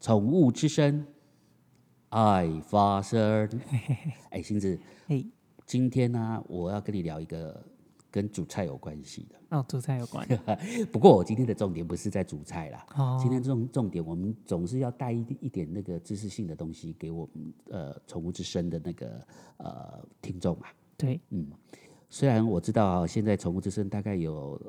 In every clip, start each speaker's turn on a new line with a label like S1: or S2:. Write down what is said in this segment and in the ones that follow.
S1: 宠物之声，爱发 声。哎，星子，
S2: 嘿，
S1: 今天呢、我要跟你聊一个跟煮菜有关系的。
S2: 哦，煮菜有 关
S1: 不过我今天的重点不是在煮菜啦，
S2: 哦
S1: 今天重重点我们总是要带一一点那个知识性的东西给我们呃宠物之声的那个呃听众嘛。
S2: 对，
S1: 虽然我知道啊，现在宠物之声大概有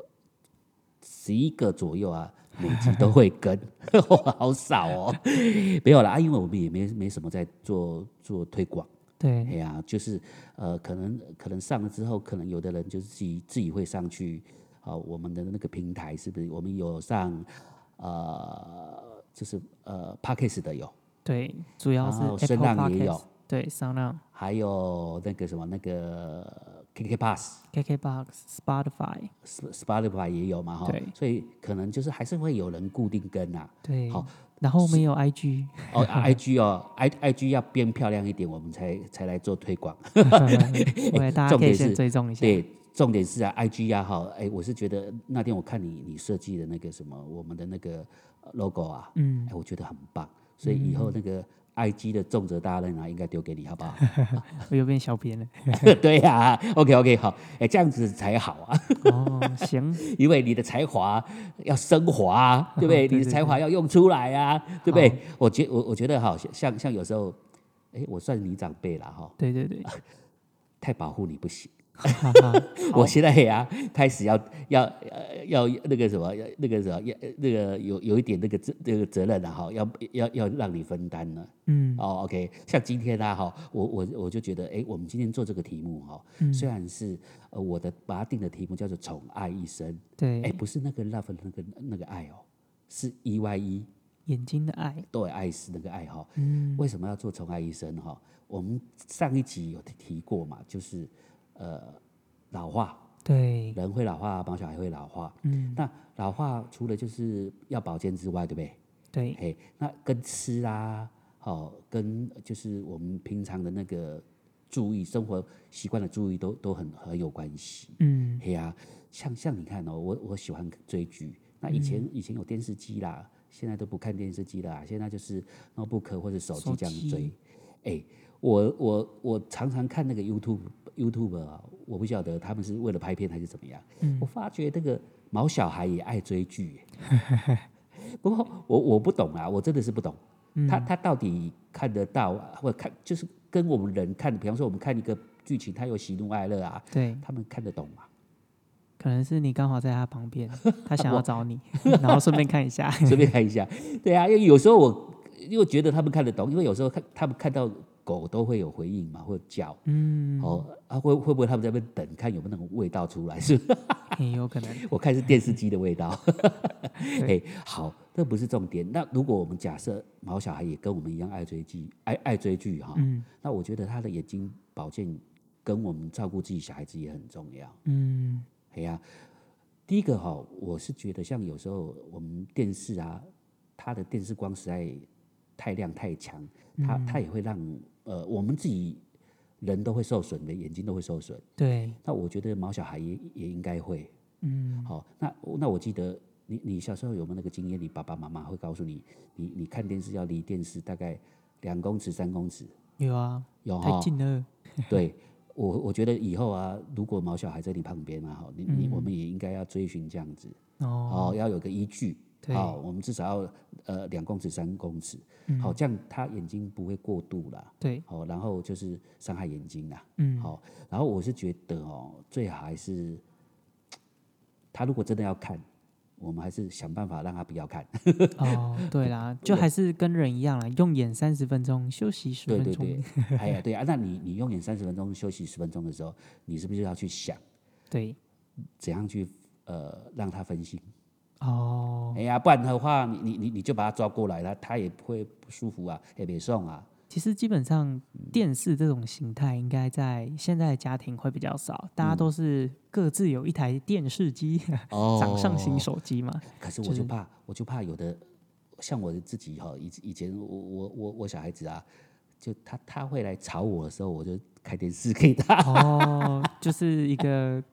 S1: 十一个左右啊，每集都会跟， 好少哦。 没有啦，啊因为我们也没没什么在做做推广，哎
S2: 对，
S1: 呀、就是呃，可能可能上了之后，可能有的人就是自己自己会上去。啊、我们的那个平台是不是我们有上呃，就是呃 p a c k a s 的有，
S2: 对，主要
S1: 然后
S2: 是
S1: 啊声
S2: Apple
S1: 浪也有
S2: Podcast，对，声浪、
S1: 还有那个什么那个 KK Pass。
S2: KKBox、Spotify，
S1: Sp- Spotify 也有嘛哈
S2: 对，
S1: 所以可能就是还是会有人固定跟 呐、
S2: 对，
S1: 好，
S2: 然后我们也有 IG，
S1: 哦，IG 哦，I IG 要变漂亮一点，我们才才来做推广。
S2: 啊对，大家
S1: 重
S2: 可以
S1: 点
S2: 先
S1: 是
S2: 追踪一下，
S1: 对，重点是啊，IG 呀、哈，哎，我是觉得那天我看你你设计的那个什么，我们的那个呃 logo 啊，
S2: 嗯，
S1: 哎，我觉得很棒，所以以后那个 IG 的重责大任啊，应该丢给你好不 好？
S2: 我又变小 编了，
S1: 对呀、o k OK 好，哎，这样子才好啊。
S2: 哦，行，
S1: 因为你的才华要升华啊，对不对？
S2: 哦对对哦
S1: 你的才华要用出来啊，对不对？我觉我我觉得哈，像像有时候，哎，我算你长辈了哈，
S2: 对对对，
S1: 太保护你不行。
S2: 哈哈，
S1: 我现在呀、开始要要呃要那个什么，要那个什么，要那个有有一点那个责那个责任了、哈，要要要让你分担了。
S2: 嗯，
S1: 哦，OK，像今天啊，哈，我我我就觉得，哎，我们今天做这个题目哈，
S2: 嗯
S1: 虽然是呃我的把它定的题目叫做“宠爱一生”，哎、
S2: 对，
S1: 不是那个 love 的那个那个爱哦，是 E Y E
S2: 眼睛的爱，
S1: 对爱是那个爱哈、
S2: 嗯，
S1: 为什么要做宠爱医生哈、我们上一集有提提过嘛，就是呃老化，
S2: 对，
S1: 人会老化，毛小孩会老化。
S2: 嗯，
S1: 那老化除了就是要保健之外，对不对？
S2: 对，
S1: 嘿，那跟吃啊，哦，跟就是我们平常的那个注意生活习惯的注意都都很很有关系。
S2: 嗯，
S1: 嘿呀、像像你看哦，我我喜欢追剧。那以
S2: 嗯
S1: 前、以前有电视机啦，现在都不看电视机啦，现在就是 notebook 或者手机
S2: 手
S1: 这样
S2: 机
S1: 追。哎、我我我常常看那个 YouTube YouTube 啊，我不晓得他们是为了拍片还是怎么样。
S2: 嗯
S1: 我发觉那个毛小孩也爱追剧、耶 不过我我不懂啊，我真的是不懂，
S2: 嗯
S1: 他他到底看得到啊，或者看就是跟我们人看，比方说我们看一个剧情，他有喜怒哀乐啊，
S2: 对，
S1: 他们看得懂吗？
S2: 可能是你刚好在他旁 边，他想要找你， 然后顺便看一下，
S1: 随便看一下。对啊，因为有时候我又觉得他们看得懂，因为有时候看他们看到狗都会有回应嘛，或叫。嗯。哦，啊，会会不会他们在那边等，看有没有那种味道出来？是不是？
S2: 也有可能，
S1: 我看是电视机的味道。 哎，好，这不是重点。那如果我们假设毛小孩也跟我们一样爱追剧，爱爱追剧哈、
S2: 嗯
S1: 那我觉得他的眼睛保健跟我们照顾自己小孩子也很重要。
S2: 嗯，
S1: 哎呀，第一个哈、我是觉得像有时候我们电视啊，它的电视光实在太亮太强，它
S2: 嗯
S1: 它也会让呃我们自己人都会受损的，眼睛都会受损。
S2: 对，
S1: 那我觉得毛小孩也也应该会。
S2: 嗯，
S1: 好、那那我记得你你小时候有没有那个经验？你爸爸妈妈会告诉你，你你看电视要离电视大概两公尺、三公尺，
S2: 有啊，
S1: 有哈、
S2: 太近了，
S1: 对我，我觉得以后啊，如果毛小孩在你旁边啊，哈，你你我们也应该要追寻这样子，
S2: 嗯哦，
S1: 哦，要有个依据，
S2: 对嗯
S1: 好、我们至少要呃两公尺、三公尺，好、这样他眼睛不会过度啦，
S2: 对，
S1: 好、然后就是伤害眼睛啦，啊
S2: 嗯，
S1: 好、然后我是觉得哦，最好还是他如果真的要看，我们还是想办法让他不要看，
S2: 哦， 对啦，就还是跟人一样啦，用眼三十分钟，休息十
S1: 对
S2: 分
S1: 对
S2: 钟，
S1: 对， 哎呀，对啊，那你你用眼三十分钟休息十分钟的时候，你是不是要去想？
S2: 对
S1: 怎样去呃让他分心。
S2: 哦，
S1: 哎呀，不然的话，你你你你就把他抓过来，他他也会不舒服啊，也别送啊。
S2: 其实基本上电视这种形态，应该在现在的家庭会比较少，大家都是各自有一台电视机，
S1: 哦
S2: 掌上型手机 嘛，
S1: 可是
S2: 就
S1: 我就是怕，我就怕有的，像我自己哈、以以前我我我我小孩子啊，就他 他会来吵我的时候，我就开电视给他。
S2: 哦，就是一个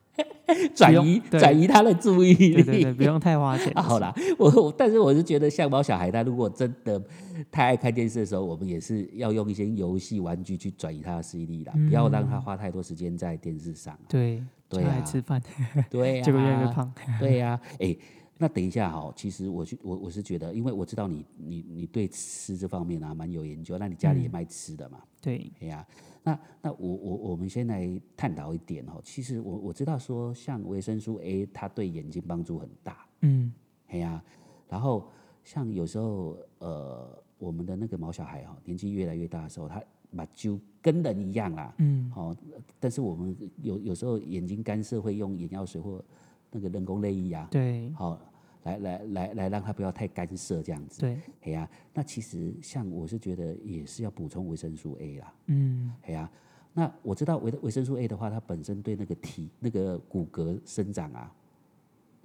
S1: 转
S2: 用
S1: 移
S2: 对
S1: 转移他的注意力。
S2: 对对对，不用太花钱。
S1: 啊， 好啦，我我但是我是觉得，像猫小孩，他如果真的太爱看电视的时候，我们也是要用一些游戏玩具去转移他的注意力啦，
S2: 嗯
S1: 不要让他花太多时间在电视 上。
S2: 对，
S1: 对
S2: 就爱
S1: 啊
S2: 吃饭，
S1: 对啊呀、
S2: 结果越来越胖。
S1: 对呀、哎、那等一下哈、其实我去我我是觉得，因为我知道你你你对吃这方面啊蛮有研究，那你家里也卖吃的嘛？
S2: 对，
S1: 哎呀，那那我我我们先来探讨一点哦。其实我我知道说，像维生素 A，它对眼睛帮助很大。
S2: 嗯，
S1: 哎呀，然后像有时候呃，我们的那个毛小孩哦，年纪越来越大的时候，他把就跟人一样啦。
S2: 嗯，
S1: 哦，但是我们有有时候眼睛干涉会用眼药水或那个人工泪液啊，
S2: 对
S1: 好、来来来来让它不要太干涉这样子。
S2: 对，
S1: 哎呀，那其实像我是觉得也是要补充维生素 A 啦。
S2: 嗯
S1: 哎呀，那我知道维维生素 A 的话，它本身对那个体那个骨骼生长啊，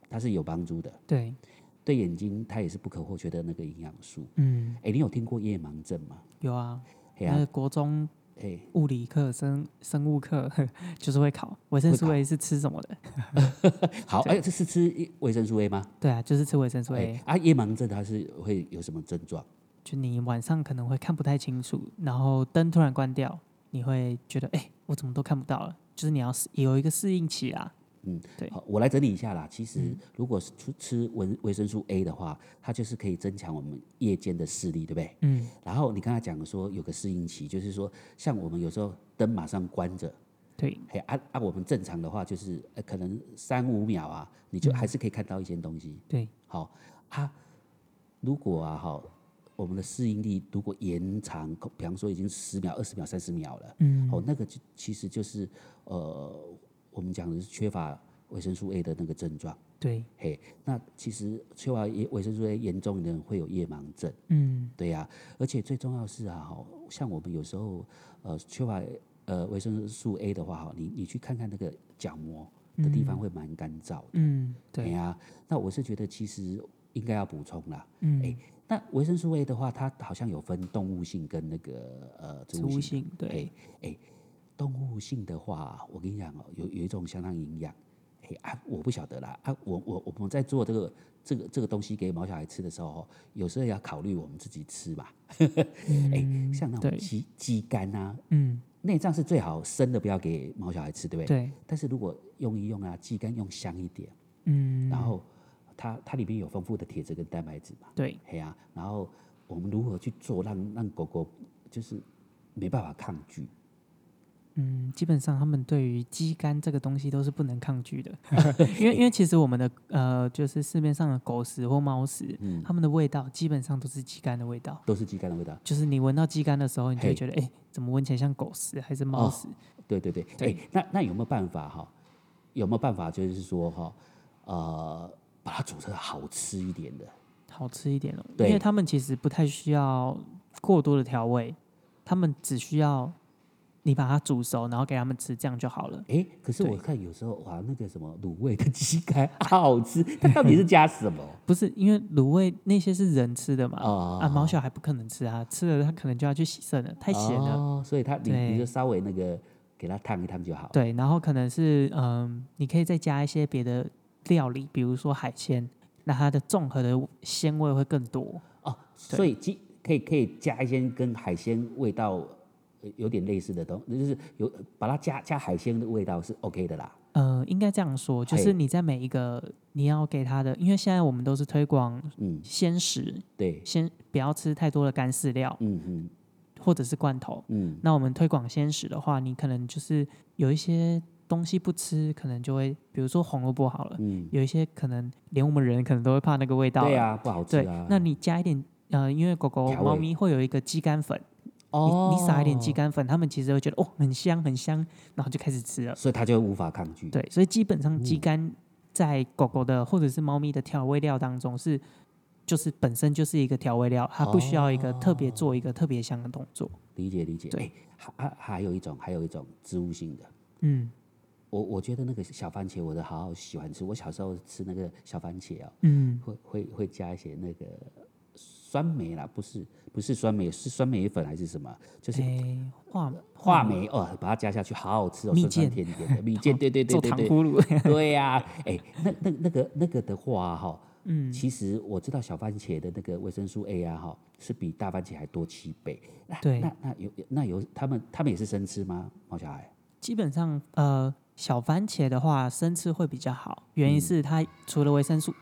S1: 它是有帮助的。
S2: 对，
S1: 对眼睛，它也是不可或缺的那个营养素。
S2: 嗯，
S1: 哎，你有听过夜盲症吗？
S2: 有啊，
S1: 哎
S2: 那
S1: 呀，
S2: 个国中
S1: 哎，
S2: 物理课、生生物课 就是会考维生素
S1: 会
S2: A 是吃什么的？
S1: 好，哎，这是吃维生素 A 吗？
S2: 对啊，就是吃维生素 A，
S1: 哎啊，夜盲症它是会有什么症状？
S2: 就你晚上可能会看不太清楚，然后灯突然关掉，你会觉得哎、我怎么都看不到了，就是你要适有一个适应期啦。对
S1: 好，我来整理一下啦。其实，如果是吃吃维维生素 A 的话，它就是可以增强我们夜间的视力，对不对？
S2: 嗯，
S1: 然后你刚才讲说有个适应期，就是说，像我们有时候灯马上关着，
S2: 对，
S1: 嘿，按、按、我们正常的话，就是、呃、可能三五秒啊，你就还是可以看到一些东西。
S2: 对，
S1: 好啊，如果啊，好，我们的适应力如果延长，比方说已经十秒、二十秒、三十秒了，
S2: 嗯，
S1: 哦，那个就其实就是呃，我们讲的是缺乏维生素 A 的那个症状。
S2: 对，
S1: 嘿，那其实缺乏维维生素 A 严重的人会有夜盲症。
S2: 嗯，
S1: 对呀、而且最重要的是啊，哈，像我们有时候呃缺乏呃维生素 A 的话，哈，你你去看看那个角膜的地方会蛮干燥的。
S2: 嗯，
S1: 哎
S2: 对，
S1: 呀、那我是觉得其实应该要补充啦。哎
S2: 嗯，
S1: 那维生素 A 的话，它好像有分动物性跟那个呃植
S2: 植
S1: 物
S2: 物
S1: 性。
S2: 性，对，
S1: 哎哎，动物性的话，我跟你讲哦，有有一种相当营养。哎啊，我不晓得啦啊，我我我们在做这个这个这个东西给毛小孩吃的时候哦，有时候也要考虑我们自己吃嘛。哎、像那种
S2: 嗯对
S1: 鸡鸡肝啊，
S2: 嗯，
S1: 内脏是最好生的，不要给毛小孩吃，对不对？
S2: 对，
S1: 但是如果用一用啊，鸡肝用香一点，
S2: 嗯，
S1: 然后它它里面有丰富的铁质跟蛋白质嘛，
S2: 对，
S1: 哎呀、然后我们如何去做让让狗狗就是没办法抗拒？
S2: 嗯，基本上他们对于鸡肝这个东西都是不能抗 拒的，因为因为其实我们的呃，就是市面上的狗食或猫食，
S1: 嗯
S2: 它们的味道基本上都是鸡肝的味道。
S1: 都是鸡肝的味道。
S2: 就是你闻到鸡肝的时候，你就
S1: 嘿
S2: 会觉得，哎、怎么闻起来像狗食还是猫
S1: 哦
S2: 食？
S1: 对对对，哎、
S2: 对
S1: 那那有没有办法哈？有没有办法就是说哈，呃，把它煮成好吃一点的？
S2: 好吃一点哦。因
S1: 对
S2: 为他们其实不太需要过多的调味，他们只需要你把它煮熟，然后给他们吃，这样就好了。
S1: 哎、可是
S2: 对
S1: 我看有时候哇，那个什么卤味的鸡肝好吃，它到底是加什么？
S2: 不是因为卤味那些是人吃的嘛？
S1: 哦
S2: 啊，毛小孩不可能吃啊，吃了他可能就要去洗肾了， 太咸了。
S1: 哦，所以它你
S2: 对
S1: 你就稍微那个给它烫一烫就好。
S2: 对，然后可能是嗯，你可以再加一些别的料理，比如说海鲜，那它的综合的鲜味会更多。
S1: 哦，所以鸡可以可以加一些跟海鲜味道呃有点类似的东，就是有把它加加海鲜的味道是 OK 的啦。
S2: 呃，应该这样说，就
S1: 嘿
S2: 是你在每一个你要给它的，因为现在我们都是推广
S1: 嗯，
S2: 鲜食，
S1: 对，
S2: 先不要吃太多的干饲料
S1: 嗯嗯
S2: 或者是罐头。
S1: 嗯，
S2: 那我们推广鲜食的话，你可能就是有一些东西不吃，可能就会比如说红萝卜好了，
S1: 嗯
S2: 有一些可能连我们人可能都会怕那个味道。
S1: 对，啊，不好吃
S2: 对
S1: 啊。，
S2: 那你加一点呃，因为狗狗、
S1: 调味
S2: 猫咪会有一个鸡肝粉，
S1: 哦，
S2: 你你撒一点鸡肝粉，它们其实会觉得哦很香很香，然后就开始吃了。
S1: 所以它就无法抗拒。
S2: 对，所以基本
S1: 嗯
S2: 上鸡肝在狗狗的或者是猫咪的调味料当中是，就是本身就是一个调味料，它不需要一个特
S1: 哦
S2: 别做一个特别香的动作。
S1: 理解理解。
S2: 对
S1: 哎，还还还有一种，还有一种植物性的。
S2: 嗯
S1: 我我觉得那个小番茄，我都好好喜欢吃。我小时候吃那个小番茄哦，
S2: 嗯，
S1: 会会会加一些那个酸梅啦，不是不是酸梅，是酸梅粉还是什么？就是
S2: 哎，话
S1: 话梅哦，把它加下去，好好吃哦，
S2: 蜜
S1: 酸酸
S2: 饯
S1: 甜甜的蜜饯，对对对
S2: 做
S1: 对
S2: 糖
S1: 对，
S2: 葫芦，
S1: 对呀、哎、那那那个那个的话哈，
S2: 嗯
S1: 其实我知道小番茄的那个维生素 A 啊哈，是比大番茄还多七倍。那
S2: 对
S1: 那那有那有他们他们也是生吃吗？毛小孩？
S2: 基本上呃，小番茄的话生吃会比较好，原
S1: 嗯
S2: 因是它除了维生素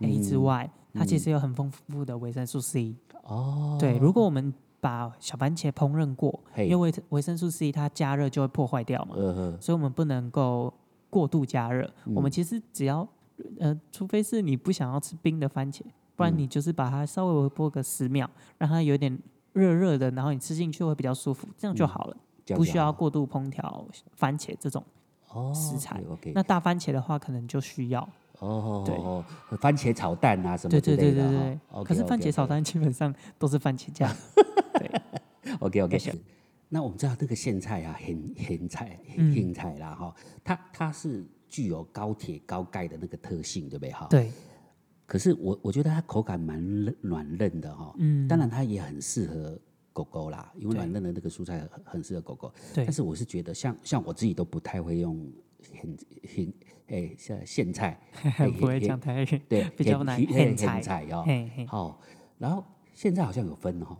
S2: A 之外，它其实有很丰富的维生素 C。
S1: 嗯哦，
S2: 对，如果我们把小番茄烹饪过，
S1: 嘿
S2: 因为维维生素 C 它加热就会破坏掉嘛，
S1: 呃呵，
S2: 所以我们不能够过度加热。我
S1: 嗯
S2: 们其实只要呃，除非是你不想要吃冰的番茄，不
S1: 嗯
S2: 然你就是把它稍微微波个十秒，让它有点热热的，然后你吃进去会比较舒服，这样
S1: 嗯
S2: 就好了，
S1: 这样
S2: 不
S1: 就
S2: 需要
S1: 好
S2: 过度烹调番茄这种。
S1: 哦
S2: 食材
S1: OK，
S2: 那大番茄的话，可能就需要。
S1: 哦，
S2: 对
S1: 哦，哦番茄炒蛋啊什么
S2: 对
S1: 之
S2: 对
S1: 类
S2: 对
S1: 的
S2: 对
S1: 哈
S2: 对。
S1: OK，
S2: 可是番
S1: OK，OK
S2: 茄炒蛋基本上都是番茄酱。
S1: OK OK，
S2: 对是
S1: 那我们知道这个苋菜啊，很很菜
S2: 嗯
S1: 很菜啦哈，它它是具有高铁高钙的那个特性，对不对哈？。
S2: 对，
S1: 可是我我觉得它口感蛮嫩软嫩的哈、
S2: 嗯，
S1: 当然它也很适合狗狗啦，因为
S2: 对
S1: 软嫩的那个蔬菜很很适合狗狗。
S2: 对，
S1: 但是我是觉得像像我自己都不太会用很很哎像苋菜
S2: 不会讲台语，
S1: 对，
S2: 比较难。
S1: 很
S2: 很
S1: 菜
S2: 菜，
S1: 菜哦。
S2: 嘿嘿，
S1: 好、然后现在好像有分哦，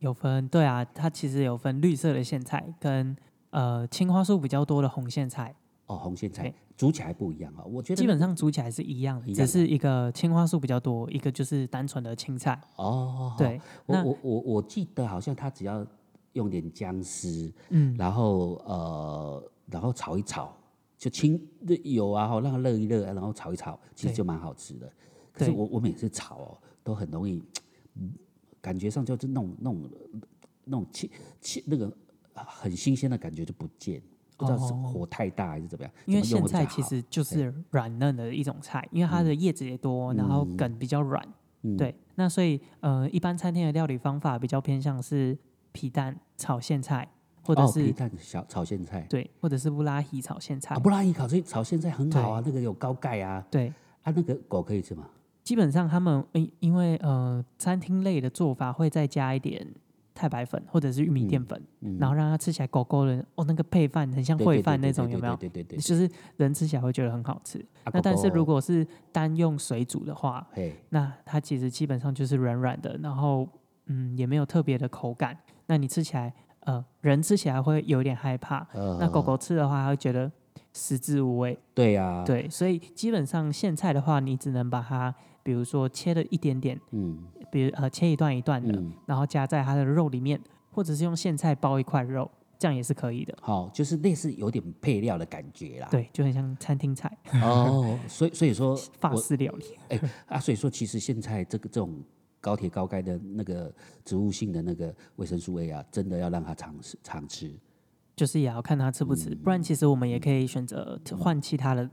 S2: 有分，对啊，它其实有分绿色的苋菜跟呃青花素比较多的红苋菜，
S1: 哦红苋菜
S2: 对
S1: 煮起来不一样啊、我觉得
S2: 基本上煮起来是一样的，
S1: 一样的
S2: 只是一个青花素比较多，一个就是单纯的青菜。
S1: 哦，
S2: 对，
S1: 我
S2: 那
S1: 我我我记得好像它只要用点姜丝，
S2: 嗯，
S1: 然后呃，然后炒一炒，就清热油啊，哈，让它热一热，然后炒一炒，其实
S2: 对
S1: 就蛮好吃的。可是
S2: 对
S1: 我我每次炒哦，都很容易，嗯感觉上就是那种那种那种气气那个啊很新鲜的感觉就不见，不知道是
S2: 哦
S1: 火太大还是怎么样。
S2: 因为
S1: 怎么用
S2: 苋
S1: 会比较
S2: 菜其
S1: 好
S2: 实就是软嫩的一种菜，因为它的叶子也多，然后梗比较软。
S1: 嗯
S2: 对，那所以呃，一般餐厅的料理方法比较偏向是皮蛋炒苋菜，或者
S1: 哦
S2: 是、
S1: 皮蛋小炒苋菜
S2: 对，或者是布拉提炒苋菜。
S1: 啊，布拉伊烤这炒苋菜很好啊，那个有高钙啊，
S2: 对，
S1: 啊那个狗可以吃吗？
S2: 基本上他们因因为呃餐厅类的做法会再加一点太白粉或者是玉米淀粉，然后让它吃起来狗狗的哦那个配饭很像
S1: 嗯对
S2: 烩
S1: 对
S2: 饭
S1: 对
S2: 那
S1: 对
S2: 种
S1: 对
S2: 有没
S1: 对
S2: 有？
S1: 对对对，
S2: 就是人吃起来会觉得很好吃。
S1: 啊
S2: 那但是如
S1: 果
S2: 果是单用水煮的话，
S1: 嘿
S2: 那它其实基本上就是软软的，然后嗯也没有特别的口感。那你吃起来呃人吃起来会有点害怕，
S1: 呃
S2: 那狗狗吃的话它会觉得食之无味。
S1: 对啊呀，
S2: 对，所以基本上苋菜的话，你只能把它，比如说切了一点点，
S1: 嗯
S2: 比如呃切一段一段的，
S1: 嗯。
S2: 然后加在它的肉里面，或者是用苋菜包一块肉，这样也是可以的。
S1: 好、就是类似有点配料的感觉啦。，
S2: 对，就很像餐厅菜，
S1: 哦，所以所以 说
S2: 法
S1: 我
S2: 式料理。
S1: 哎、啊，所以说其实现在这个这种高铁高钙的那个植物性的那个维生素 A 啊，真的要让它常吃常吃。
S2: 就是也要看它吃不吃，不然其实我们也可以选择换其他的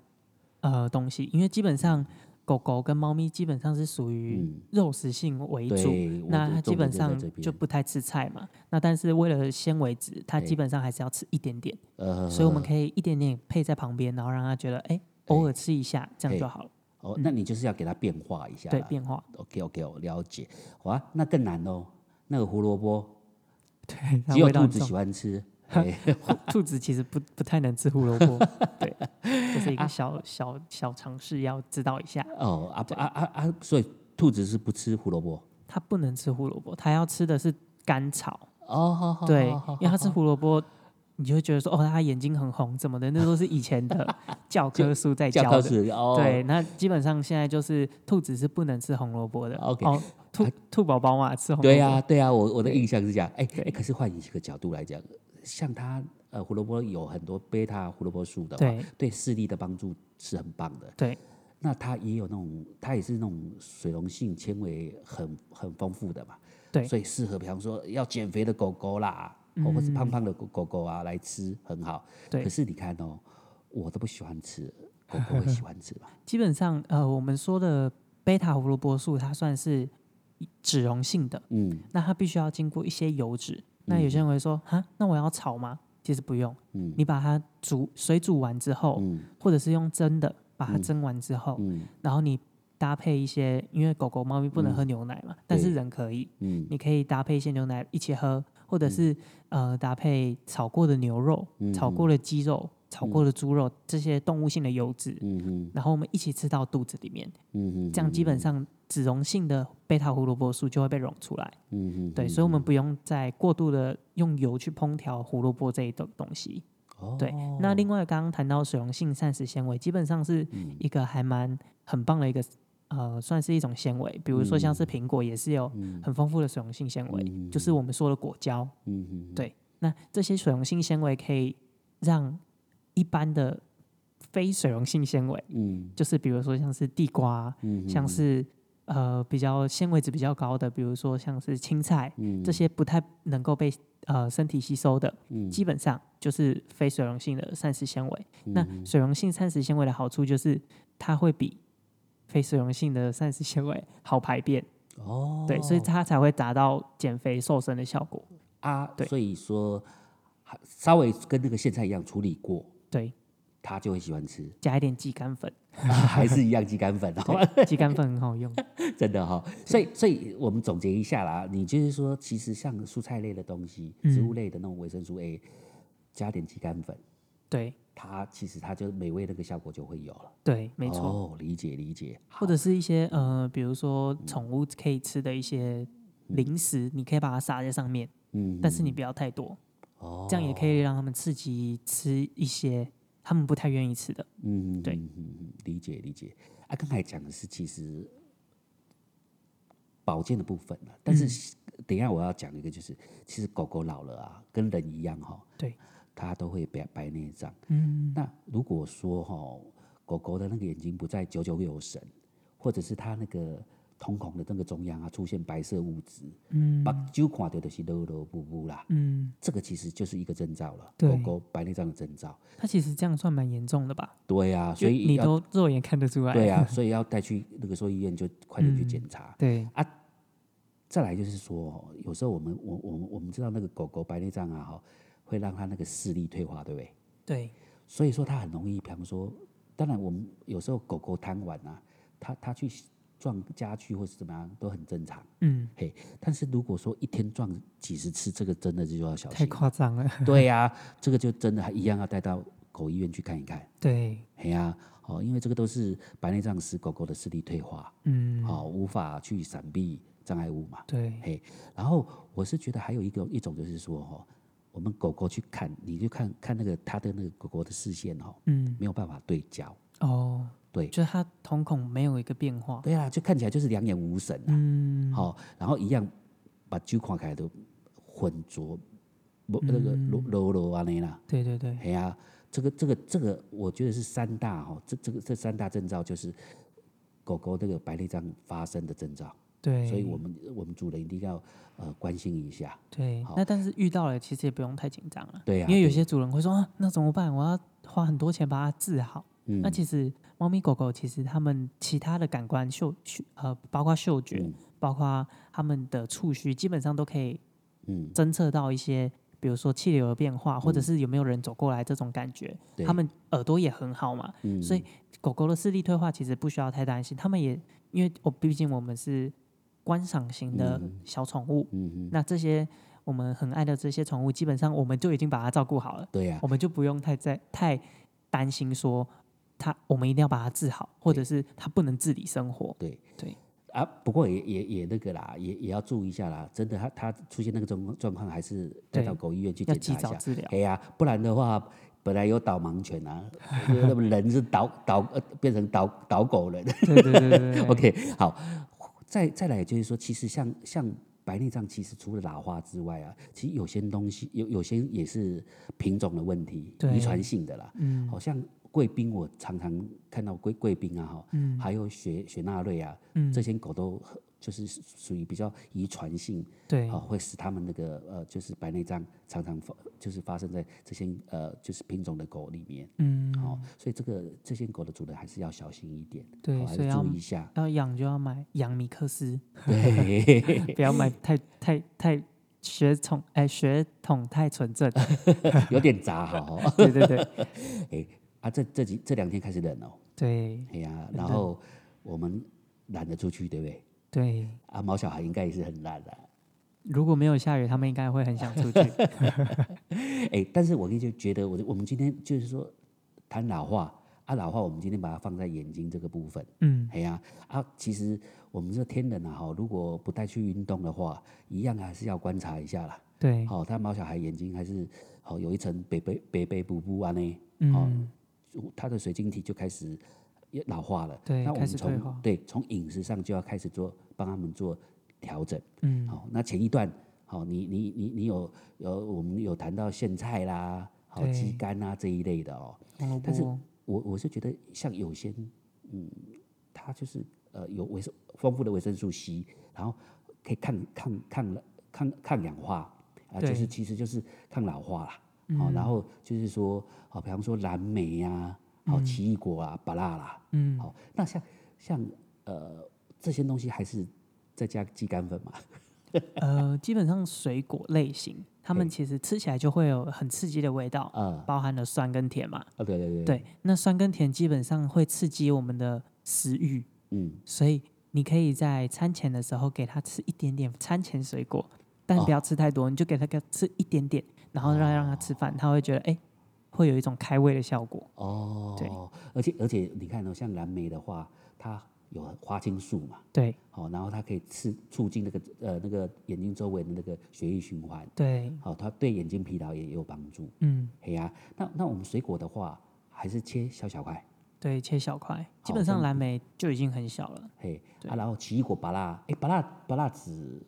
S2: 呃东西，因为基本上狗狗跟猫咪基本上是属于
S1: 嗯，
S2: 肉食性为主，
S1: 对，我
S2: 那
S1: 的
S2: 它
S1: 重
S2: 基本
S1: 点在
S2: 上
S1: 这边哎
S2: 就不太吃菜嘛。那但是为了纤维质，它
S1: 对
S2: 基本上还是要吃一点点。
S1: 呃，
S2: 所以我们可以一点点配在旁边，然后让他觉得，哎、偶尔吃一下，这样就好了。
S1: 哦，那你就是要给它变化一下啦。
S2: 对，变化，
S1: OK OK，我了解。哇，那更难哦，那个胡萝卜
S2: 对， 它
S1: 只有
S2: 味道
S1: 兔
S2: 很
S1: 子
S2: 重
S1: 喜。欢 吃。哎
S2: 兔子其实不不太能吃胡 萝卜，对，这是一个小小小尝试，要知道一下。
S1: 哦啊不啊啊啊！所以兔子是不吃胡萝卜。
S2: 它不能吃胡萝卜，它要吃的是甘草，
S1: 哦，好好
S2: 对
S1: 好好，
S2: 因为它吃胡萝卜。你就会觉得说，哦，它眼睛很红，怎么的？那都是以前 的教科书在
S1: 教
S2: 教
S1: 科
S2: 的。
S1: 是哦，
S2: 对，那基本上现在就是兔子是不能吃红萝卜的。
S1: OK
S2: 哦，兔兔宝宝嘛，吃红萝卜。
S1: 对呀、啊对呀、我我的印象是这样。哎、哎可是换一个角度来讲，像它呃胡萝卜有很多贝塔胡萝卜素的话，
S2: 对
S1: 对啊视力的帮助是很棒的。
S2: 对，
S1: 那它也有那种，它也是那种水溶性纤维很很丰富的嘛。
S2: 对嗯
S1: 所以适合比方说要减肥的狗狗啦，哦或是胖胖的狗狗狗啊来吃很好。
S2: 对
S1: 可是你看哦，我都不喜欢吃，狗狗会喜欢吃 吧？
S2: 基本上，呃，我们说的贝塔胡萝卜素，它算是脂溶性的，
S1: 嗯，
S2: 那它必须要经过一些油脂。那有些人会说，哈，那我要炒吗？其实不用，
S1: 嗯
S2: 你把它煮水煮完之后，
S1: 嗯
S2: 或者是用蒸的把它蒸完之后，
S1: 嗯
S2: 然后你搭配一些，因为狗狗、猫咪不能喝牛奶嘛，但是人可以，
S1: 嗯
S2: 你可以搭配一些牛奶一起喝，或者是、呃搭配炒过的牛肉、
S1: 嗯
S2: 炒过的鸡肉、炒过的猪肉这些动物性的油脂，
S1: 嗯嗯
S2: 然后我们一起吃到肚子里面，
S1: 嗯嗯，
S2: 这样基本上脂溶性的贝塔胡萝卜素就会被溶出来。
S1: 嗯嗯
S2: 对，所以我们不用再过度的用油去烹调胡萝卜这一种东西。
S1: 哦
S2: 对，那另外刚刚谈到水溶性膳食纤维，基本上是
S1: 嗯
S2: 一个还蛮很棒的一个呃，算是一种纤维。比如说像是苹果也是有很丰富的水溶性纤维，
S1: 嗯
S2: 就是我们说的果胶。
S1: 嗯嗯
S2: 对，那这些水溶性纤维可以让一般的非水溶性纤维，
S1: 嗯
S2: 就是比如说像是地瓜，
S1: 嗯
S2: 像是呃比较纤维值比较高的，比如说像是青菜。
S1: 嗯
S2: 这些不太能够被呃身体吸收的，
S1: 嗯
S2: 基本上就是非水溶性的膳食纤维。
S1: 嗯
S2: 那水溶性膳食纤维的好处就是它会比非水溶性的膳食纤维好排便，
S1: 哦
S2: 对，所以它才会达到减肥瘦身的效果。
S1: 啊，
S2: 对
S1: 所以说还稍微跟那个苋菜一样处理过，
S2: 对，
S1: 他就会喜欢吃，
S2: 加一点鸡 肝粉，
S1: 啊还是一样鸡肝粉，好吧？
S2: 对鸡肝粉很好用。
S1: 真的哈、所以所以我们总结一下啦，你就是说，其实像蔬菜类的东西，
S2: 嗯
S1: 植物类的那种维生素 A，、加点鸡肝粉，
S2: 对
S1: 它其实它就美味那个效果就会有了。
S2: 对，没错。
S1: 哦，理解理解。
S2: 或者是一些呃，比如说宠物可以吃的一些零食，你可以把它撒在上面，
S1: 嗯，
S2: 但是你不要太多，
S1: 哦，
S2: 这样也可以让他们刺激吃一些他们不太愿意吃的。
S1: 嗯，
S2: 对
S1: 嗯，嗯嗯理解理解。啊，刚才讲的是其实保健的部分了，但是等一下我要讲一个，就是其实狗狗老了啊，跟人一样哈、
S2: 对，
S1: 它都会白白内障。
S2: 嗯，
S1: 那如果说哈、狗狗的那个眼睛不再久久有神，或者是它那个瞳孔的那个中央啊出现白色物质，
S2: 嗯
S1: 把酒看到就是啰啰布布啦，
S2: 嗯，
S1: 这个其实就是一个征兆了，
S2: 对
S1: 狗狗白内障的征兆。
S2: 他其实这样算蛮严重的吧？
S1: 对啊，
S2: 就
S1: 所以
S2: 你
S1: 要
S2: 都肉眼看得出来。
S1: 对啊， 所以要带去那个兽医院就快点去检查。
S2: 对，
S1: 再来就是说哦，有时候我们我我们我们知道那个狗狗白内障啊哈，会让它那个视力退化，对不对？
S2: 对
S1: 所以说它很容易，比方说，当然我们有时候狗狗贪玩啊，它它去撞家具或是怎么样都很正常，
S2: 嗯，
S1: 嘿。但是如果说一天撞几十次，这个真的就要小
S2: 太
S1: 心。
S2: 夸张了。
S1: 对呀、这个就真的还一样要带到狗医院去看一看。
S2: 对，
S1: 嘿呀、哦，因为这个都是白内障使狗狗的视力退化，
S2: 嗯，
S1: 哦，无法去闪避障碍物嘛。
S2: 对，
S1: 嘿，然后我是觉得还有一个一种就是说哦，我们狗狗去看，你就看看那个它的那个狗狗的视线哦，
S2: 嗯，
S1: 没有办法对焦。
S2: 哦，
S1: 对
S2: 就是他瞳孔没有一个变化。
S1: 对啊，就看起来就是两眼无神啊。
S2: 嗯，
S1: 好、然后一样把酒看起来都浑浊，不
S2: 嗯
S1: 那个柔柔柔啊那啦。
S2: 对对对，
S1: 哎呀、这个这个这个，我觉得是三大哈、哦，这这个这三大征兆就是狗狗这个白内障发生的征兆，
S2: 对，
S1: 所以我们我们主人一定要呃关心一下。
S2: 对
S1: 好，
S2: 那但是遇到了，其实也不用太紧张了。
S1: 对啊
S2: 因为有
S1: 对
S2: 些主人会说啊，那怎么办？我要花很多钱把它治好。
S1: 嗯
S2: 那其实猫咪狗狗其实它们其他的感官嗅嗅呃，包括嗅觉，
S1: 嗯
S2: 包括它们的触须，基本上都可以
S1: 嗯，
S2: 侦测到一些，比如说气流的变化，或者是有没有人走过来这种感觉。
S1: 对
S2: 它们耳朵也很好嘛，
S1: 嗯
S2: 所以狗狗的视力退化其实不需要太担心。它们也因为我毕竟我们是观赏型的小宠物，
S1: 嗯嗯，
S2: 那这些我们很爱的这些宠物，基本上我们就已经把它照顾好了，
S1: 对呀、
S2: 我们就不用太在太担心说它，我们一定要把它治好，或者是它不能自理生活。
S1: 对
S2: 对
S1: 啊，不过也也也那个啦，也也要注意一下啦。真的，他他出现那个状况状况，还是带
S2: 对
S1: 到狗医院去
S2: 要
S1: 检查
S2: 及早
S1: 一下。
S2: 治疗。
S1: 哎呀、不然的话，本来有导盲犬啊， 那么人是导导呃变成导导狗人。
S2: 对对对 对对
S1: OK，好，再再来就是说，其实像像白内障，其实除了老花之外啊，其实有些东西有有些也是品种的问题，
S2: 对
S1: 遗传性的啦。
S2: 嗯，
S1: 好像贵宾，我常常看到贵贵宾啊，哈，
S2: 嗯
S1: 还有雪雪纳瑞啊，
S2: 嗯
S1: 这些狗都就是属于比较遗传性，
S2: 对
S1: 啊，会使它们那个呃，就是白内障常常发，就是发生在这些呃，就是品种的狗里面。
S2: 嗯，
S1: 哦，所以这个这些狗的主人还是要小心一点，
S2: 对
S1: 好还
S2: 所以
S1: 是
S2: 要
S1: 注意一下。
S2: 要养就要买养米 克斯，
S1: 对，
S2: 不要买太太太血统哎血统太纯正。
S1: 有点杂哈、哦。
S2: 对 对对
S1: 哎、啊，这这几这两天开始冷哦，
S2: 对，
S1: 哎呀、然后我们懒得出去，对不对？
S2: 对，
S1: 啊，毛小孩应该也是很懒的、
S2: 如果没有下雨，他们应该会很想出 去。
S1: 哎，但是我就觉得，我我们今天就是说谈老化啊，老化，我们今天把它放在眼睛这个部分，
S2: 嗯，
S1: 哎呀啊其实我们这天人啊，哈，如果不带去运动的话，一样还是要观察一下啦。
S2: 对，
S1: 好、他毛小孩眼睛还是好、有一层北北北北补补啊呢，
S2: 嗯，
S1: 他的水晶体就开始也老化了。
S2: 对
S1: 那我
S2: 开
S1: 们
S2: 始退化
S1: 从对从饮食上就要开始做帮他们做调整。
S2: 嗯，
S1: 好、那前一段好、你你你你有有我们有谈到苋菜啦，好、鸡
S2: 对
S1: 肝啊这一类的哦。
S2: 红萝
S1: 但是
S2: 卜，
S1: 我我是觉得像有些嗯，它就是呃有维生丰富的维生素 C，然后可以抗抗抗抗抗氧化啊、就
S2: 对嗯
S1: 是其实就是抗老化啦。好、然后就是说，好、比方说蓝莓呀、啊，好、奇异果啊，芭辣啦，
S2: 嗯，
S1: 好、那像像呃这些东西还是再加鸡肝粉嘛？
S2: 呃，基本上水果类型，它们
S1: 嘿
S2: 其实吃起来就会有很刺激的味道，
S1: 啊、
S2: 包含了酸跟甜嘛。
S1: 啊，对对对，
S2: 嗯对，那酸跟甜基本上会刺激我们的食欲，
S1: 嗯，
S2: 所以你可以在餐前的时候给它吃一点点餐前水果，但
S1: 哦
S2: 不要吃太多，你就给它给它吃一点点，然后让让它吃饭，它会觉得哎、会有一种开胃的效果。
S1: 哦，
S2: 对，
S1: 而且而且你看哦，像蓝莓的话，它有花青素嘛，
S2: 对
S1: 好、然后它可以刺促进那个呃那个眼睛周围的那个血液循环，
S2: 对，
S1: 好、它对眼睛疲劳也有帮助。
S2: 嗯，
S1: 嘿呀、那那我们水果的话，还是切小小块，
S2: 对，切小块，基
S1: 好
S2: 本上
S1: 分
S2: 蓝莓就已经很小了，
S1: 嘿，
S2: 对
S1: 啊，然后奇异果、芭辣，哎，芭辣芭辣 籽，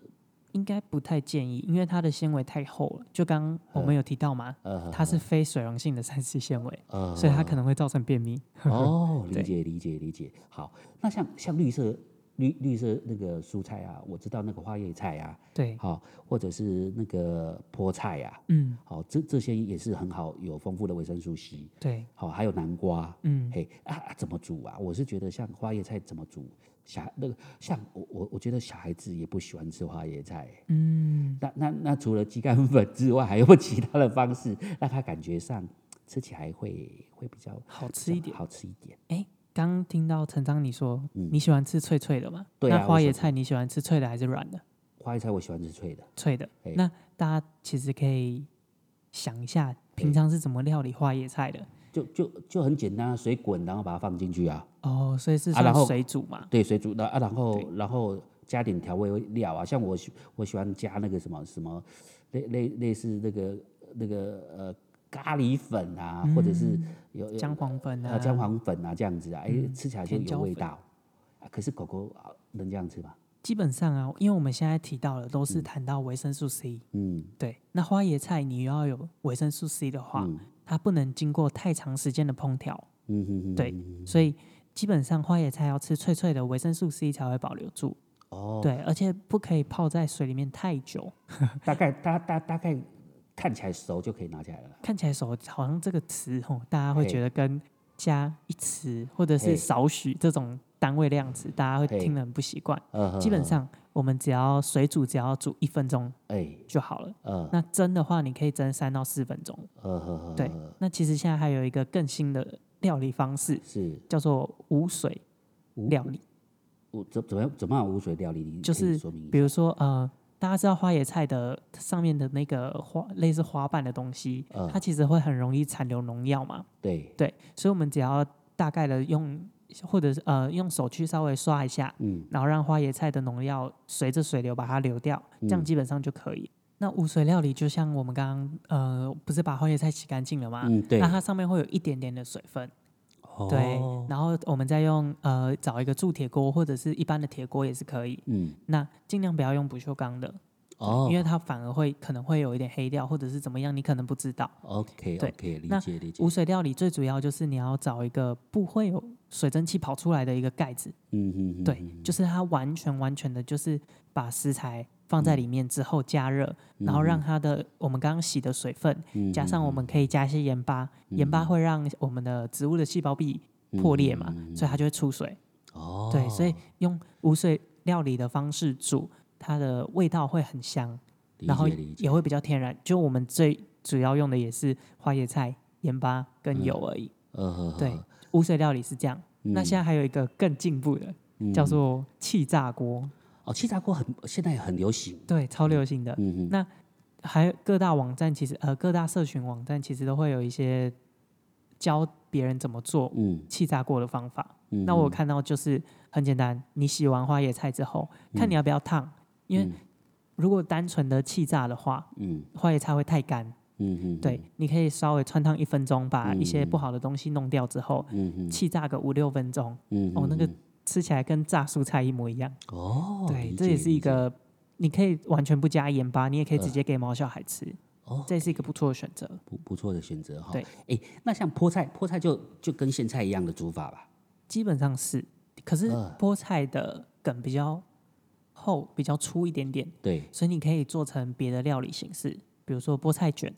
S2: 应该不太建议，因为它的纤维太厚了。就刚我们有提到嘛，
S1: 呃，
S2: 它是非水溶性的膳食纤维，
S1: 呃，
S2: 所以它可能会造成便秘。
S1: 哦，理
S2: 对
S1: 解理解理解。好，那像像绿色绿绿色那个蔬菜啊，我知道那个花叶菜啊，
S2: 对，
S1: 好、或者是那个菠菜啊，
S2: 嗯，
S1: 好、这这些也是很好，有丰富的维生素 C。
S2: 对，
S1: 好、还有南瓜，
S2: 嗯，
S1: 嘿啊啊，怎么煮啊？我是觉得像花叶菜怎么煮，小那个像我我我觉得小孩子也不喜欢吃花叶菜。
S2: 嗯，
S1: 那那那除了鸡肝粉之外，还有没有其他的方式让他感觉上吃起来会会比较
S2: 好
S1: 比
S2: 吃
S1: 较
S2: 一点。
S1: 好吃一点？
S2: 刚听到陈章你说你喜欢吃脆脆的嘛？
S1: 嗯对啊
S2: 那花
S1: 我喜
S2: 椰
S1: 欢
S2: 菜你喜欢吃脆的还是软的？
S1: 花叶菜我喜欢吃脆的。
S2: 脆的。
S1: 哎
S2: 那大家其实可以想一下，平常是怎么料理花椰菜的？
S1: 就就就很简单啊，水滚，然后把它放进去啊，
S2: 哦，所以是
S1: 啊然
S2: 算
S1: 后
S2: 水煮嘛？
S1: 对，水煮的啊，然后然后加点调味料啊，像我喜我喜欢加那个什么什么，类类类似那个那个呃咖喱粉啊，或者是有有
S2: 嗯姜黄粉啊，嗯
S1: 啊姜黄粉啊这样子啊，哎、吃起来就
S2: 甜椒
S1: 有味
S2: 粉
S1: 道。啊、可是狗狗啊能这样吃吗？
S2: 基本上啊，因为我们现在提到的都是谈到维生素 C，、
S1: 嗯，
S2: 对，那花椰菜你要有维生素 C 的话，
S1: 嗯
S2: 它不能经过太长时间的烹调，
S1: 嗯哼哼，
S2: 对，所以基本上花椰菜要吃脆脆的，维生素 C 才会保留住，
S1: 哦，
S2: 对，而且不可以泡在水里面太久，
S1: 大概大大大概看起来熟就可以拿起来了啦。
S2: 看起来手好像这个词哦，大家会
S1: 嘿
S2: 觉得跟加一匙或者是
S1: 嘿
S2: 少许这种单位量词，大家会
S1: 嘿
S2: 听得很不习惯，
S1: 呃
S2: 基本，上我们只要水煮只要煮一分钟
S1: 哎，
S2: 就好了。
S1: 呃，
S2: 那蒸的话，你可以蒸三到四分钟。
S1: 呃呵，
S2: 对，那其实现在还有一个更新的料理方式，
S1: 是
S2: 叫做无水料理。
S1: 我怎怎么样怎么样无水料理？你
S2: 就
S1: 可以
S2: 是
S1: 说明一
S2: 比
S1: 下
S2: 如说，呃，大家知道花椰菜的上面的那个花，类似花瓣的东西，
S1: 嗯
S2: 它其实会很容易残留农药嘛。
S1: 对，
S2: 对，所以我们只要大概的用，或者是呃用手去稍微刷一下，
S1: 嗯，
S2: 然后让花椰菜的农药随着水流把它流掉，这样
S1: 嗯
S2: 基本上就可以。那无水料理就像我们刚刚呃，不是把花椰菜洗干净了吗？
S1: 嗯对
S2: 那它上面会有一点点的水分，对。
S1: 哦
S2: 然后我们再用呃找一个铸铁锅或者是一般的铁锅也是可以。
S1: 嗯，
S2: 那尽量不要用不锈钢的，
S1: 哦
S2: 因为它反而会可能会有一点黑掉，或者是怎么样，你可能不知道。
S1: ，OK
S2: 对
S1: OK，理
S2: 那
S1: 解理解
S2: 无，水料理最主要就是你要找一个不会有水蒸气跑出来的一个盖子，
S1: 嗯嗯，
S2: 对，就是它完全完全的，就是把食材
S1: 嗯
S2: 放在里面之后加热，然后让它的我们刚刚洗的水分，
S1: 嗯
S2: 加上我们可以加一些盐巴，盐巴会让我们的植物的细胞壁
S1: 嗯
S2: 破裂嘛，所以它就会出水。
S1: 哦，
S2: 对，所以用无水料理的方式煮，它的味道会很香，
S1: 理
S2: 然后
S1: 解理解
S2: 也会比较天然。就我们最主要用的也是花椰菜、盐
S1: 嗯
S2: 巴跟油而已。
S1: 呃，呵呵
S2: 对，无水料理是这样。那
S1: 嗯
S2: 现在还有一个更进步的，叫做气炸锅，
S1: 哦，气炸锅很现在很流行，
S2: 对，超流行的。
S1: 嗯哼，
S2: 那还有各大网站，其实呃各大社群网站其实都会有一些教别人怎么做
S1: 嗯
S2: 气炸锅的方法。
S1: 嗯，
S2: 那我有看到就是很简单，你洗完花椰菜之后，看
S1: 嗯
S2: 你要不要烫，因为如果单纯的气炸的话，
S1: 嗯
S2: 花椰菜会太干。
S1: 嗯哼，
S2: 对，你可以稍微穿烫一分钟，把一些
S1: 嗯
S2: 不好的东西弄掉之后，
S1: 嗯哼，
S2: 气炸个五六分钟，
S1: 嗯
S2: 哦，那个
S1: 嗯
S2: 吃起来跟炸蔬菜一模一样。
S1: 哦，
S2: 对，
S1: 理
S2: 这
S1: 解
S2: 也是
S1: 理
S2: 一
S1: 解呃
S2: 个你可以完全不加盐巴，你也可以直接给毛小孩吃，
S1: 哦
S2: 这也是一个不错的选择。
S1: 不不错的选择哈。
S2: 对，
S1: 哎，那像菠菜，菠菜就就跟苋菜一样的煮法吧？
S2: 基本上是，可是
S1: 呃
S2: 菠菜的梗比较厚，比较粗一点点，
S1: 对，
S2: 所以你可以做成别的料理形式，比如说菠菜卷，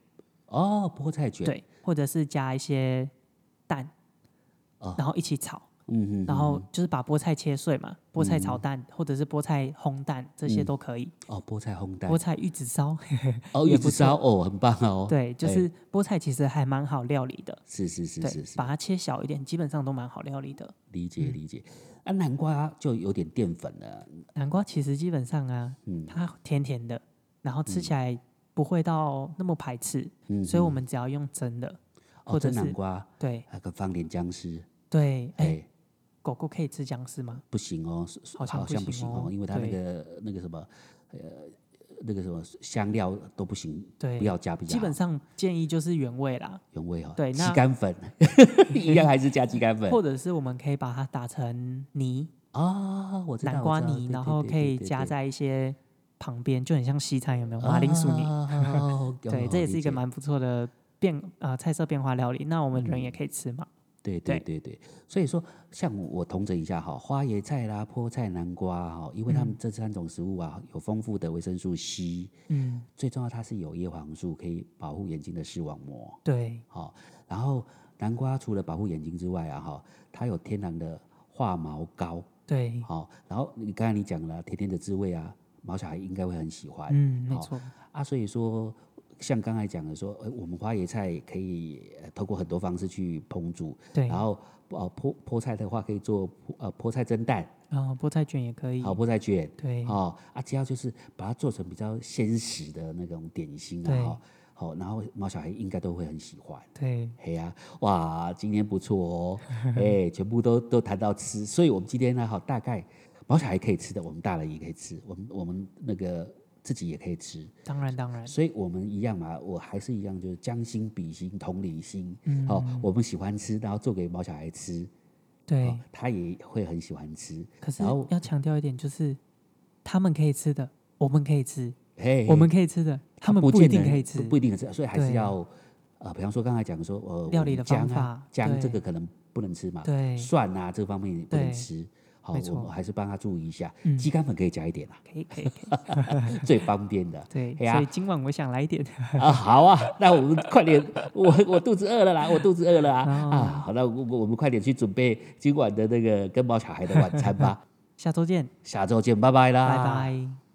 S1: 哦，菠菜卷，，
S2: 对，或者是加一些蛋，
S1: 哦
S2: 然后一起炒，
S1: 嗯哼，嗯
S2: 然后就是把菠菜切碎嘛，菠菜炒蛋、或者是菠菜烘蛋，这些都可以。
S1: 哦，菠菜烘蛋
S2: 菠，菜玉子烧，
S1: 哦，
S2: 也
S1: 玉
S2: 不
S1: 子烧，哦，很棒哦。
S2: 对，就
S1: 哎
S2: 是菠菜其实还蛮好料理的，
S1: 是是是
S2: 对
S1: 是，是，
S2: 把它切小一点，基本上都蛮好料理的。
S1: 理解理解。啊，南瓜就有点淀粉了，
S2: 南瓜其实基本上啊，
S1: 嗯
S2: 它甜甜的，然后吃起来不会到那么排斥，
S1: 嗯
S2: 所以我们只要用蒸的，
S1: 哦，
S2: 或
S1: 这
S2: 者是、
S1: 南瓜
S2: 对
S1: 还可以放点姜丝，
S2: 对，哎、
S1: 哎，
S2: 狗狗可以吃姜丝吗？
S1: 不行哦，是是
S2: 好像
S1: 好
S2: 不
S1: 像不
S2: 行
S1: 行哦
S2: 哦，
S1: 因为它那
S2: 对
S1: 个那个什么，呃，那个什么香料都不行，
S2: 对
S1: 不要加比较
S2: 基本
S1: 好，
S2: 上建议就是原味啦，
S1: 原味哦，
S2: 对
S1: 鸡
S2: 那
S1: 肝粉 一样还是加鸡肝粉
S2: 或者是我们可以把它打成泥，
S1: 啊，我知道
S2: 南瓜
S1: 我知道
S2: 泥，
S1: 对
S2: 然
S1: 对
S2: 后
S1: 对
S2: 可
S1: 对
S2: 以
S1: 对
S2: 加
S1: 对
S2: 在一些旁边，就很像西餐有没有？马铃薯泥，
S1: 啊
S2: 对，这也是一个。
S1: 哦哦理解
S2: 蛮不错的变啊、菜色变化料理。那我们
S1: 嗯
S2: 人也可以吃嘛？
S1: 对对对对，所以说像我统整一下哈，花椰菜啦、菠菜、南瓜哈，因为它们这三种食物啊，有丰富的维生素 C，
S2: 嗯，
S1: 最重要它是有叶黄素，可以保护眼睛的视网膜。
S2: 对，
S1: 好、然后南瓜除了保护眼睛之外啊，哈，它有天然的化毛膏，
S2: 对，
S1: 好、然后你刚才你讲了甜甜的滋味啊，毛小孩应该会很喜欢，
S2: 嗯，没
S1: 好
S2: 错，
S1: 啊，所以说，像刚才讲的说，呃，我们花椰菜可以呃透过很多方式去烹煮，
S2: 对。
S1: 然后呃菠菠菜的话可以做呃菠菜蒸蛋，
S2: 然后呃菠菜卷也可以，
S1: 好菠菜卷，
S2: 对，
S1: 哦啊，只要就是把它做成比较鲜实的那种点心
S2: 对
S1: 啊，哈好、然后毛小孩应该都会很喜欢。
S2: 对，
S1: 嘿呀、哇，今天不错哦，哎、全部都都谈到吃，所以我们今天呢，好大概毛小孩可以吃的，我们大人也可以吃，我们我们那个自己也可以吃，
S2: 当然当然，
S1: 所以我们一样嘛，我还是一样，就是将心比心，同理心。嗯，好、我们喜欢吃，然后做给毛小孩吃，
S2: 对。
S1: 哦，他也会很喜欢吃。
S2: 可是
S1: 然后
S2: 要强调一点，就是他们可以吃的，我们可以吃，
S1: 嘿，
S2: 我们可以吃的，他们
S1: 啊不
S2: 不一
S1: 见
S2: 定
S1: 得
S2: 可以吃
S1: 不。不一定可以吃，所以还是
S2: 对
S1: 要呃，比方说刚才讲说，呃，
S2: 料
S1: 我
S2: 理
S1: 们
S2: 的
S1: 姜
S2: 方
S1: 啊
S2: 法，
S1: 姜这
S2: 对
S1: 个可能不能吃嘛，
S2: 对
S1: 蒜啊这方面也不能
S2: 对
S1: 吃。好，
S2: 没
S1: 我们
S2: 错嗯
S1: 还是帮他注意一下，鸡肝粉可以加一点啦，
S2: 可以可以可以，
S1: 最方便的。
S2: 对，
S1: 哎呀
S2: 所以今晚我想来一点，
S1: 啊，好啊，那我们快点，我我肚子饿了 啦，我肚子饿了啊
S2: 哦
S1: 啊，好，那我我我们快点去准备 今晚的那个跟毛小孩的晚餐吧，
S2: 下周见，
S1: 下周见，拜拜啦，
S2: 拜拜。